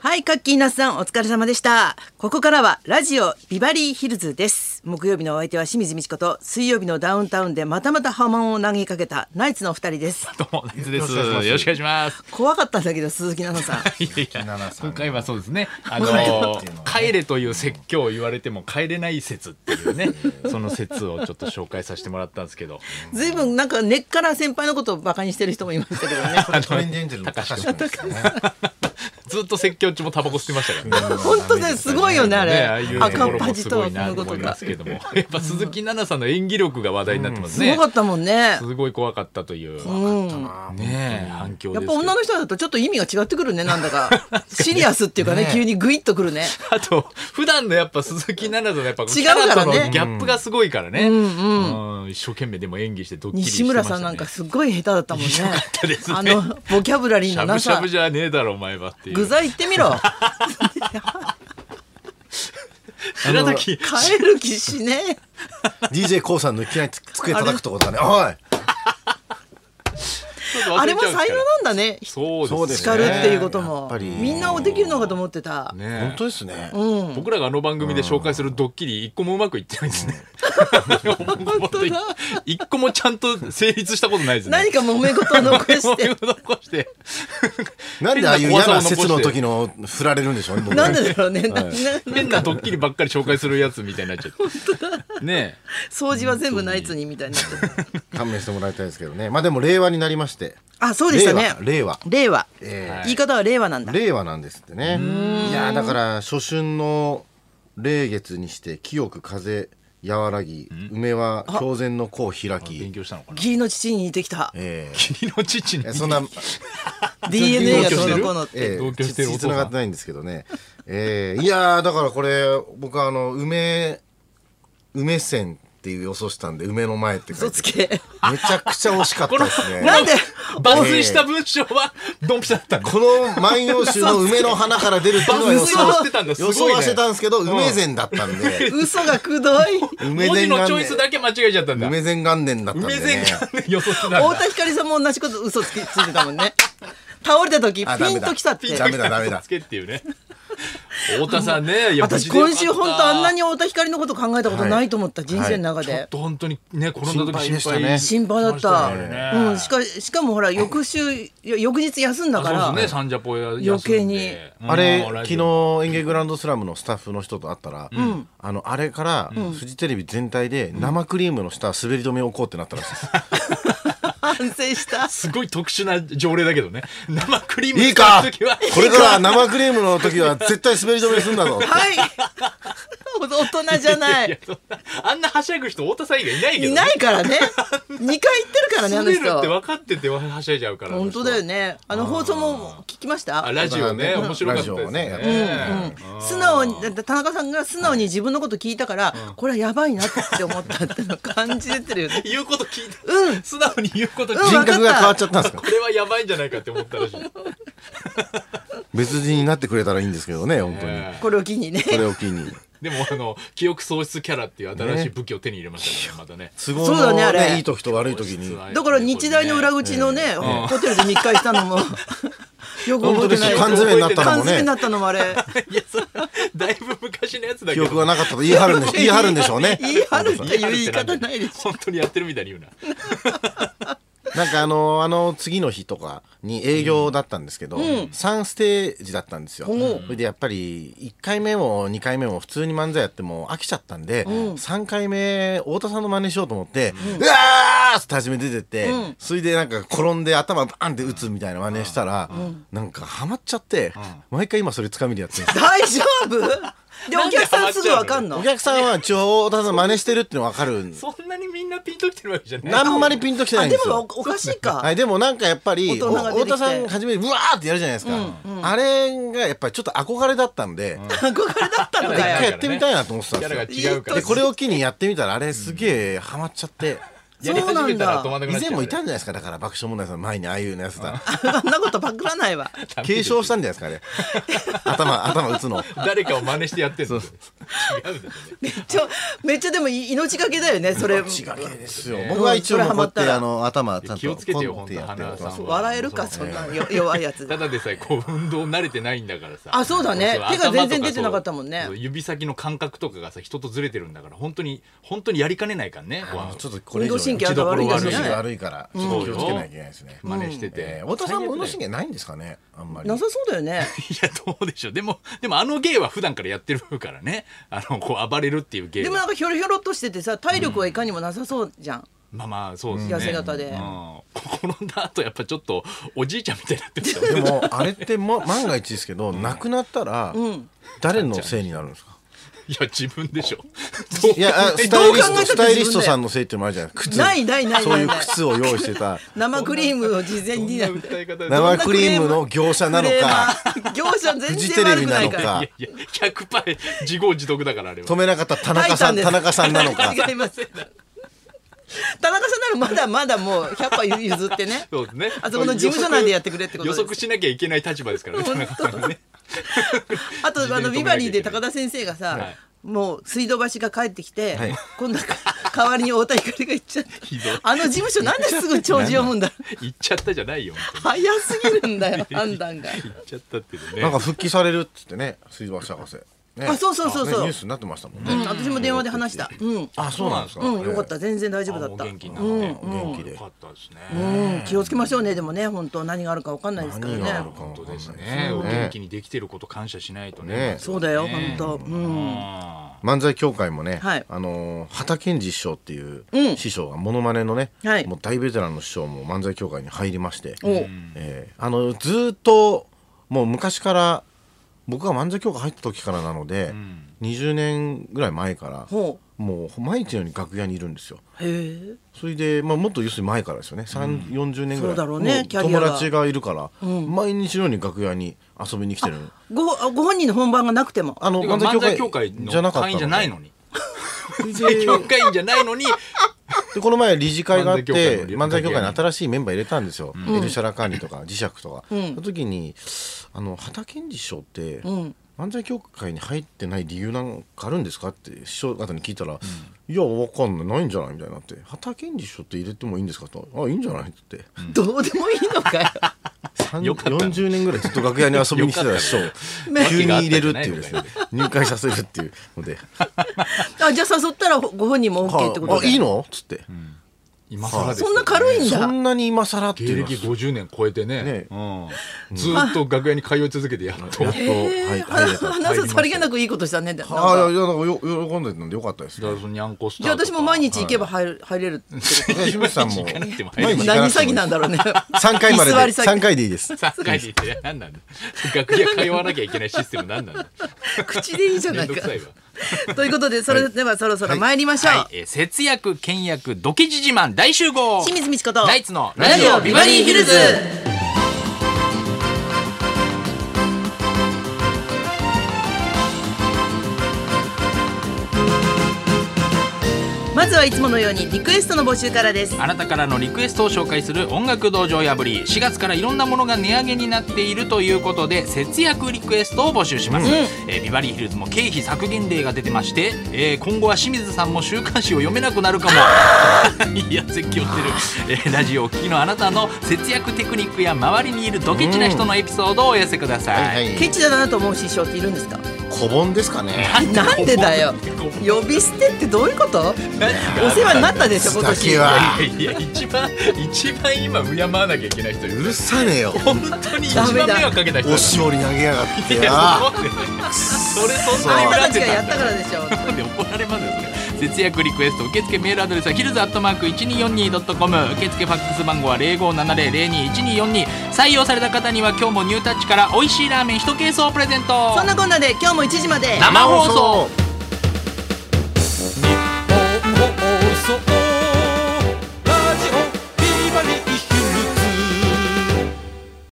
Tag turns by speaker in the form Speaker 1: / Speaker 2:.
Speaker 1: はい、カッキーなすさん、お疲れ様でした。ここからはラジオビバリーヒルズです。木曜日のお相手は清水美智子と、水曜日のダウンタウンでまたまた波紋を投げかけたナイツのお二人です。
Speaker 2: どうも、ナイツです。
Speaker 3: よ
Speaker 2: よ
Speaker 3: ろ
Speaker 2: ろ
Speaker 3: し
Speaker 2: しく
Speaker 3: く
Speaker 2: お願いします。
Speaker 1: 怖かったんだけど、鈴木奈々さん。
Speaker 2: いやい
Speaker 3: 17
Speaker 2: や
Speaker 3: さん
Speaker 2: 今回はそうですね。あ
Speaker 3: 怖い
Speaker 2: の
Speaker 3: っていうのはね
Speaker 2: 帰れという説教を言われても帰れない説っていう ね、その説をちょっと紹介させてもらったんですけど、
Speaker 1: ずいぶんなんか根っから先輩のことをバカにしてる人もいましたけどね。
Speaker 3: これトレンディエンジェルの高橋君ですよね。
Speaker 2: ずっと説教中もタバコ吸ってましたからね。
Speaker 1: 本当だよすごいよねあれ
Speaker 2: ね、ああいうところもすごい
Speaker 1: 赤
Speaker 2: な
Speaker 1: ん
Speaker 2: と
Speaker 1: 恥とこ
Speaker 2: 思
Speaker 1: のこと
Speaker 2: い
Speaker 1: が
Speaker 2: ますけども、やっぱ鈴木奈々さんの演技力が話題になってます
Speaker 1: すご
Speaker 2: ね
Speaker 1: か。ったもんね。
Speaker 2: すごい怖かったという。ねえ、反響
Speaker 1: や
Speaker 2: で
Speaker 1: っ
Speaker 2: すけ
Speaker 1: ぱ
Speaker 2: ど。
Speaker 1: 女の人だとちょっと意味が違ってくるね、なんだ か。シリアスっていうかね、
Speaker 3: ね
Speaker 1: 急にグイッとくるね。
Speaker 2: あと普段のやっぱ鈴木奈々とのやっぱキ
Speaker 1: 違う
Speaker 2: ャ
Speaker 1: からね
Speaker 2: ラとのギャップがすごいからね。うん一生懸命でも演技してドッキリして
Speaker 1: 西
Speaker 2: ました
Speaker 1: 村
Speaker 2: ね。
Speaker 1: さんなんかすっごい下手だったもんね。
Speaker 2: たですね
Speaker 1: あの、ボキャブラリー
Speaker 2: し
Speaker 1: の
Speaker 2: ゃぶ
Speaker 1: な
Speaker 2: しゃ
Speaker 1: さ
Speaker 2: ぶ。じゃねえだろお前はっていう。
Speaker 1: 具材言ってみろ。
Speaker 2: 白滝
Speaker 1: 帰る気しね
Speaker 3: DJ コウさんのいきなり机叩くとこだね。おい。
Speaker 2: ちょっと
Speaker 1: あれ
Speaker 2: 忘れ
Speaker 1: も
Speaker 2: ちゃう
Speaker 1: 才
Speaker 2: ん
Speaker 1: 能
Speaker 2: です
Speaker 1: な
Speaker 2: から
Speaker 1: んだね。
Speaker 2: そうですね。
Speaker 1: 叱るっていうこと
Speaker 3: や
Speaker 1: も
Speaker 3: っぱ。り
Speaker 1: みんなおできるのかと思ってた。
Speaker 2: ね
Speaker 3: 本当ですね。
Speaker 2: 僕らがあの番組で紹介するドッキリ一個もうまくいってないですね。
Speaker 1: 本当だ。
Speaker 2: 一個もちゃんと成立したことないですね。
Speaker 1: 何か揉め事を残 して。
Speaker 2: 残して。
Speaker 3: なんでああいう
Speaker 2: 変な
Speaker 3: 嫌
Speaker 2: 怖
Speaker 3: な
Speaker 2: さを残して
Speaker 3: 説の時の振られるんでしょうね。僕
Speaker 1: なんでだろうね。なな
Speaker 2: 変なドッキリばっかり紹介するやつみたいになっちゃって。ねえ。
Speaker 1: 掃除は全部ナイツにみたいになってる。
Speaker 3: 勘弁してもらいたいですけどね。まあでも令和になりまして。
Speaker 1: あ、そうでしたね。
Speaker 3: 令和。
Speaker 1: 令和。
Speaker 3: え
Speaker 1: 言い方は令和なんだ。
Speaker 3: 令和なんですってね。いやーだから初春の霊月にして清く風和らぎ梅は狂然の甲開
Speaker 2: 勉
Speaker 3: き。
Speaker 2: 強したのかな。
Speaker 1: 義理の父に似てきた。
Speaker 3: えー
Speaker 2: 義理の父に
Speaker 3: えそんな
Speaker 1: DNA がどうのこうのっ
Speaker 3: え
Speaker 1: て。
Speaker 3: え
Speaker 2: 同居してるお父さん
Speaker 3: 繋がってないんですけどね。ええいやーだからこれ僕あの梅梅線っていう予想したんで梅の前って書
Speaker 1: 嘘
Speaker 3: い
Speaker 1: つ
Speaker 3: て
Speaker 1: け。
Speaker 3: めちゃくちゃ惜しかったですね。
Speaker 1: なんで
Speaker 2: 抜粋した文章はドンピシャだったんだ
Speaker 3: この万葉集の梅の花から出るっていうのは予
Speaker 1: 嘘
Speaker 3: 想
Speaker 1: を
Speaker 2: してたんだすご
Speaker 3: 予
Speaker 2: いね
Speaker 3: 想はしてたんですけど梅線だったんで
Speaker 1: 嘘がくどい。
Speaker 3: 梅
Speaker 2: 文字
Speaker 3: 線
Speaker 2: のチ
Speaker 3: 元
Speaker 2: ョイスだ
Speaker 3: 年
Speaker 2: け間違えちゃったんだ
Speaker 3: 梅
Speaker 2: 梅
Speaker 3: 線元年だったんで
Speaker 2: 前
Speaker 3: ね。
Speaker 2: 館で予想してたん
Speaker 1: 太
Speaker 2: だ
Speaker 1: 田光さんも同じこと嘘つきついてたもんね。 倒れた時
Speaker 3: あ
Speaker 1: ピンときたって
Speaker 3: ダ。メだダメだ
Speaker 2: つ。けっていうね太田さんねいや無
Speaker 1: 私
Speaker 2: 事でよか
Speaker 1: 今
Speaker 2: った
Speaker 1: 週本当あんなに太田光のこと考えたことないと思った、人生の中
Speaker 2: ちょっ
Speaker 1: で。
Speaker 2: と本当にね転んだ時心
Speaker 3: 心配で
Speaker 2: 配
Speaker 3: し
Speaker 1: 心配だった、
Speaker 2: そうですね
Speaker 1: うん、しかしかもほら翌週いや翌日休んだか
Speaker 2: そ
Speaker 1: ら、
Speaker 2: うですねサンジャポや
Speaker 1: 余計に
Speaker 3: あれ昨日演芸グランドスラムのスタッフの人と会ったら、あのあれからフジテレビ全体で生クリームの下滑り止めを置こうってなったらしいです。
Speaker 1: 反省した
Speaker 2: すごい特殊な条例だけどね 生クリーム
Speaker 3: いいか
Speaker 2: 使う時は
Speaker 3: これから生クリームの時は絶対滑り止めにするんだぞ。
Speaker 1: はい お大人じゃない
Speaker 2: い やそんなあんなはしゃぐ人太田さん以外いないけど
Speaker 1: いないからね2回言ってるからねあ
Speaker 2: 滑
Speaker 1: の
Speaker 2: るって
Speaker 1: 人
Speaker 2: 分かっててはしゃいじゃうから
Speaker 1: 本当だよねあの放送も聞きました
Speaker 2: あラジオね
Speaker 3: うん
Speaker 2: 面白かったです
Speaker 3: ラ
Speaker 2: ね
Speaker 3: ジオね
Speaker 1: うん素直にだって田中さんが素直に自分のこと聞いたから、これはやばいなって思ったっての感じ出てるよね
Speaker 2: 言うこと聞いて、
Speaker 1: うん
Speaker 2: 素直に言うこと聞いて、
Speaker 1: うん
Speaker 3: 人格が変わっちゃったんですか
Speaker 2: これはやばいんじゃないかって思ったらしい。
Speaker 3: 別人になってくれたらいいんですけどね本当に
Speaker 2: え
Speaker 1: これを機にね
Speaker 3: これを機に
Speaker 2: でもあの記憶喪失キャラっていう新しい武器を手に入れましたねまたね。
Speaker 3: 都合
Speaker 1: そうだ
Speaker 3: の、
Speaker 1: ねあ
Speaker 3: ね
Speaker 1: れ
Speaker 3: いい時と悪い時に
Speaker 1: だから日大の裏
Speaker 2: 口
Speaker 1: 口のね、ホテルで密会した のもよく
Speaker 3: 本
Speaker 1: 覚
Speaker 3: 当
Speaker 1: えて
Speaker 3: で
Speaker 1: な
Speaker 3: す
Speaker 1: い
Speaker 3: よ
Speaker 1: 缶
Speaker 3: 缶
Speaker 1: 詰
Speaker 3: 詰になったのも
Speaker 1: に
Speaker 3: ね
Speaker 1: なったのもあれ
Speaker 2: いやそれだいぶ昔のやつだけ
Speaker 3: 記
Speaker 2: ど。
Speaker 3: 憶がなかったと言い張るん でしょ言い張るんでしょうね
Speaker 1: 言い張るっていう言い方ないでしょ
Speaker 2: 本当にやってるみたいに言うな。
Speaker 3: なんかあのあの次の日とかに営業だったんですけど、三3ステージだったんですよ、それでやっぱり1回目も2回目も普通に漫才やっても飽きちゃったんで、3回目太田さんの真似しようと思って「うわー!」って初め出てって、それでなんか転んで頭バンって打つみたいな真似したら、なんかハマっちゃって、毎回今それつかみでやってるんです
Speaker 1: 大丈夫で
Speaker 2: な
Speaker 1: お
Speaker 2: んで
Speaker 1: 客さんすぐわかん
Speaker 3: お
Speaker 1: の
Speaker 3: 客さんは一応太田さん真似してるっての分かるんです
Speaker 2: そんなにみんなピンときてるわけじゃない。
Speaker 3: あんまりピンときてな
Speaker 1: あ
Speaker 3: いんで
Speaker 1: ですもお
Speaker 3: よ
Speaker 1: おかしいか、
Speaker 3: はい、でもなんかやっぱり
Speaker 1: 大人が出てき
Speaker 3: 太
Speaker 1: て
Speaker 3: 田さん初めにうわーってやるじゃないですか、あれがやっぱりちょっと憧れだったんで一
Speaker 1: 憧れだったの
Speaker 2: キャラ
Speaker 1: か
Speaker 2: が
Speaker 1: よ
Speaker 3: 回やってみたいなと思ってたん
Speaker 2: キャ
Speaker 3: です
Speaker 2: ラが
Speaker 3: よ
Speaker 2: 違うから。
Speaker 3: でこれを機にやってみたらあれすげえハマっちゃって
Speaker 2: やり始めたら止まんなくな
Speaker 3: 以
Speaker 2: っちゃう
Speaker 3: 前もいたんじゃ
Speaker 2: ん
Speaker 3: ないですかだから爆笑問題さんの前にああいうのやつだ
Speaker 1: そんなことパクらないわ。
Speaker 3: 継承したんじゃ ないですかね頭頭打つの
Speaker 2: 誰かを真似してやってるの違うんだよね
Speaker 1: めっちゃめっちゃでもい命がけだよねそれ。
Speaker 3: ですよ僕は一応
Speaker 1: それハ
Speaker 3: こう
Speaker 1: マ
Speaker 3: や
Speaker 1: っ
Speaker 3: っ たて
Speaker 1: ら
Speaker 3: あの頭ちゃん
Speaker 2: 気を
Speaker 3: と
Speaker 2: つけてよ
Speaker 3: ポンっ
Speaker 2: 本
Speaker 3: て
Speaker 2: 当
Speaker 3: やって
Speaker 2: 花
Speaker 3: やっ
Speaker 2: 輪
Speaker 3: て
Speaker 2: さ
Speaker 3: ます
Speaker 2: んは
Speaker 1: 笑えるかそんなよ 弱いやつ
Speaker 2: た。だでさえこう運動慣れてないんだからさ
Speaker 1: あそうだね
Speaker 2: そう
Speaker 1: 手が全然
Speaker 2: 頭と
Speaker 1: 出てなかったもんね
Speaker 2: そう指先の感覚とかがさ人とずれてるんだから本当に本当にやりかねないからね
Speaker 3: あのちょっとこれ
Speaker 1: 運
Speaker 3: 以上
Speaker 1: 動神経あんた
Speaker 2: こ
Speaker 1: 悪い
Speaker 2: れ
Speaker 1: ん
Speaker 2: 以
Speaker 1: だ
Speaker 2: 上
Speaker 3: 運
Speaker 1: し
Speaker 3: 動
Speaker 1: ね
Speaker 3: 神経。悪いからちょっと気をつけなきゃいけないですね、
Speaker 2: 真似してて
Speaker 3: えー、太田さんも運動神
Speaker 2: い
Speaker 3: 経ないんですかねあんまり
Speaker 1: なさそうだよね。
Speaker 2: やどうでしょうでもでもあの芸は普段からやってるからねあのこう暴れるっていう芸
Speaker 1: でも
Speaker 2: は
Speaker 1: なんかひょろひょろっとしててさ体力はいかにもなさそうじゃん。
Speaker 2: まあまあそうですね
Speaker 1: 痩せ型で
Speaker 2: うん転んだ後やっぱちょっとおじいちゃんみたいになって きた
Speaker 3: でもあれって、ま、万が一ですけどなくなったら誰のせいになるんですか
Speaker 2: いや自分でしょ
Speaker 3: いやあスタイリストスタイリストさんのせいっていうのもあるじゃない靴
Speaker 1: ないないないない
Speaker 3: そういう靴を用意して た
Speaker 1: 生クリームを事前
Speaker 2: そん
Speaker 1: に
Speaker 2: な
Speaker 1: なんて
Speaker 2: 訴え方で
Speaker 3: 生クリームの業者なの
Speaker 1: クレーマ
Speaker 3: か
Speaker 1: ー業者全
Speaker 3: フジ
Speaker 1: 然
Speaker 3: テレ
Speaker 1: 悪
Speaker 3: ビ
Speaker 1: く
Speaker 3: な
Speaker 1: ない
Speaker 3: の
Speaker 1: から。
Speaker 3: か
Speaker 2: いや100倍自業自得だからあれは
Speaker 3: 止めなかった田中さん
Speaker 1: タイタンです
Speaker 3: 田中さんな のか
Speaker 1: 違います。田中さんならまだまだもう100歩譲ってね。
Speaker 2: そうですね
Speaker 1: あそこの事務所内でやってくれってこと
Speaker 2: 予
Speaker 1: です
Speaker 2: 測しなきゃいけない立場ですからね田中さんはね
Speaker 1: あとあのビバリーで高田先生がさ、
Speaker 2: はい
Speaker 1: もう水道橋が帰ってきて、
Speaker 3: はい
Speaker 1: 今度代わりに太田光が行っちゃっ
Speaker 2: ひどい
Speaker 1: たあの事務所なんですぐ弔辞読むんだ
Speaker 2: 言っちゃったじゃないよ
Speaker 1: 早すぎるんだよ判断が。
Speaker 2: 言っちゃったっていうね
Speaker 3: なんか復帰されるって言ってね水道橋博士ね
Speaker 1: あそうそうそうそう
Speaker 3: ねニュースになってましたもん
Speaker 1: う
Speaker 3: ね
Speaker 1: ん、私も電話で話した。うん、
Speaker 3: あそうなんですか
Speaker 1: うん、よかった、
Speaker 3: ね
Speaker 1: 全然大丈夫だ
Speaker 2: あ
Speaker 1: っ
Speaker 2: もう
Speaker 1: た。
Speaker 2: 元気になって
Speaker 3: うん元気で
Speaker 2: よかったですね
Speaker 1: うん、気をつけましょうね、でもね、本当何があるかわかんないですから
Speaker 3: 何がある
Speaker 1: ね。
Speaker 3: か
Speaker 2: 本当ですねお元気にできてること感謝しないとね
Speaker 3: ね
Speaker 1: そうだよ、本当、うん。
Speaker 3: 漫才協会もね、
Speaker 1: はい
Speaker 3: あのー畑健二師匠っていう
Speaker 1: うん
Speaker 3: 師匠がモノマネのね、
Speaker 1: はい
Speaker 3: もう大ベテランの師匠も漫才協会に入りまして、
Speaker 1: お
Speaker 3: えーあのずーっともう昔から僕が漫才協会入った時からなので、20年ぐらい前から
Speaker 1: ほ
Speaker 3: もう毎日のように楽屋にいるんですよ
Speaker 1: う。へえ。
Speaker 3: それで、まあ、もっと要するに前からですよね3 4 0年ぐ
Speaker 1: そ
Speaker 3: ら
Speaker 1: う
Speaker 3: い
Speaker 1: だろうね
Speaker 3: も
Speaker 1: キャリア
Speaker 3: 友
Speaker 1: が
Speaker 3: 達がいるから、毎日のように楽屋に遊びに来てるの
Speaker 1: ご、あご本人の本番がなくても。
Speaker 3: あの
Speaker 2: うん漫才協会
Speaker 3: じゃな
Speaker 2: の
Speaker 3: かった
Speaker 2: 会員じゃないのに
Speaker 3: で
Speaker 2: 漫才協会員じゃないのに
Speaker 3: でこの前理事会があっ
Speaker 2: 漫才協
Speaker 3: て
Speaker 2: 会の
Speaker 3: 漫才協会に新しいメンバー入れたんですよ、エルシャラカーニとか磁石とか、その時にあの畑健二師匠って、
Speaker 1: ん
Speaker 3: 漫才協会に入ってない理由なんかあるんですかって師匠方に聞いたら「いやわかんないないんじゃない?」みたいになって「畑健二師匠って入れてもいいんですか?」と「あいいんじゃない?」って言って
Speaker 1: どうでもいいのかよ。
Speaker 3: さん
Speaker 2: よかった
Speaker 3: 40年ぐらいずっと楽屋に遊びに来てた師匠
Speaker 1: ね
Speaker 3: 急に入れるっていうですね入会させるっていうので
Speaker 1: あ、じゃあ誘ったらご本人も OK ってこと
Speaker 3: あ
Speaker 1: で。
Speaker 3: いいの?」っつって、
Speaker 2: 今更ですよ
Speaker 1: そんな軽いん
Speaker 3: そ
Speaker 1: だ。
Speaker 3: んなに今更って
Speaker 2: 芸
Speaker 3: いうのは
Speaker 2: 歴50年超えてね
Speaker 3: ね
Speaker 2: うん、ずーっと楽屋に通い続けてやっと、
Speaker 3: やっと、はい、入れた
Speaker 1: 花さんさりげなくいいことしたね。なんか
Speaker 3: ああいやなんかよ喜んでたんでよかったで す
Speaker 2: だからそのにゃんこスタ
Speaker 1: じゃ
Speaker 2: ー
Speaker 1: あ
Speaker 2: と
Speaker 1: 私
Speaker 2: か
Speaker 1: も毎日行けば入る、入れるってこと。
Speaker 3: ね清水さんも
Speaker 2: 毎日行かなくても
Speaker 3: 毎日行か
Speaker 1: 何
Speaker 3: なくて
Speaker 1: 詐
Speaker 3: も
Speaker 1: 欺なんだろうね。
Speaker 3: 三回まで
Speaker 1: 居座り
Speaker 3: で
Speaker 1: 詐欺
Speaker 3: 三回でいいです。
Speaker 2: さ書いていて何なんだ楽屋通わなきゃいけないシステム 何なんだ
Speaker 1: 口でいいじゃな
Speaker 2: めん
Speaker 1: い
Speaker 2: どく
Speaker 1: か
Speaker 2: さ。いわ
Speaker 1: ということで、それではそろそろ参りましょう。
Speaker 2: えー節約倹約ドケチ自慢大集合
Speaker 1: 清水美智子と。
Speaker 2: ナイツのラジオビバリーヒルズ
Speaker 1: まずはいつものようにリクエストの募集からです
Speaker 2: あなたからのリクエストを紹介する音楽道場破り4月からいろんなものが値上げになっているということで節約リクエストを募集します、えービバリーヒルズも経費削減令が出てまして、えー今後は清水さんも週刊誌を読めなくなるかもいや説教してる、えーラジオをお聞きのあなたの節約テクニックや周りにいるドケチな人のエピソードをお寄せください、
Speaker 3: はいはい。
Speaker 1: ケチだなと思う師匠っているんですか
Speaker 3: 小盆ですかね。
Speaker 1: なんでだよ呼び捨てってどういうことお世話になったでしょ今
Speaker 3: だ
Speaker 1: 年
Speaker 3: けはい
Speaker 2: やいや一番一番今敬わなきゃいけない人いうる
Speaker 3: るさねえよ。
Speaker 2: 本当に一番迷惑かけた人だ
Speaker 3: おしぼり投げやがって
Speaker 2: い
Speaker 3: よ。
Speaker 2: やそうねそれそんな
Speaker 1: あな
Speaker 2: に
Speaker 1: た
Speaker 2: 恨ん
Speaker 1: たち
Speaker 2: で
Speaker 1: が
Speaker 2: た
Speaker 1: や
Speaker 2: ん
Speaker 1: っ
Speaker 2: だ
Speaker 1: たからで しょ
Speaker 2: なんで怒られますよそれ節約リクエスト受付メールアドレスはヒルズアットマーク 1242.com 受付ファックス番号は0570021242採用された方には今日もニュータッチから美味しいラーメン1ケースをプレゼント
Speaker 1: そんなこんなで今日も1時まで
Speaker 2: 生放送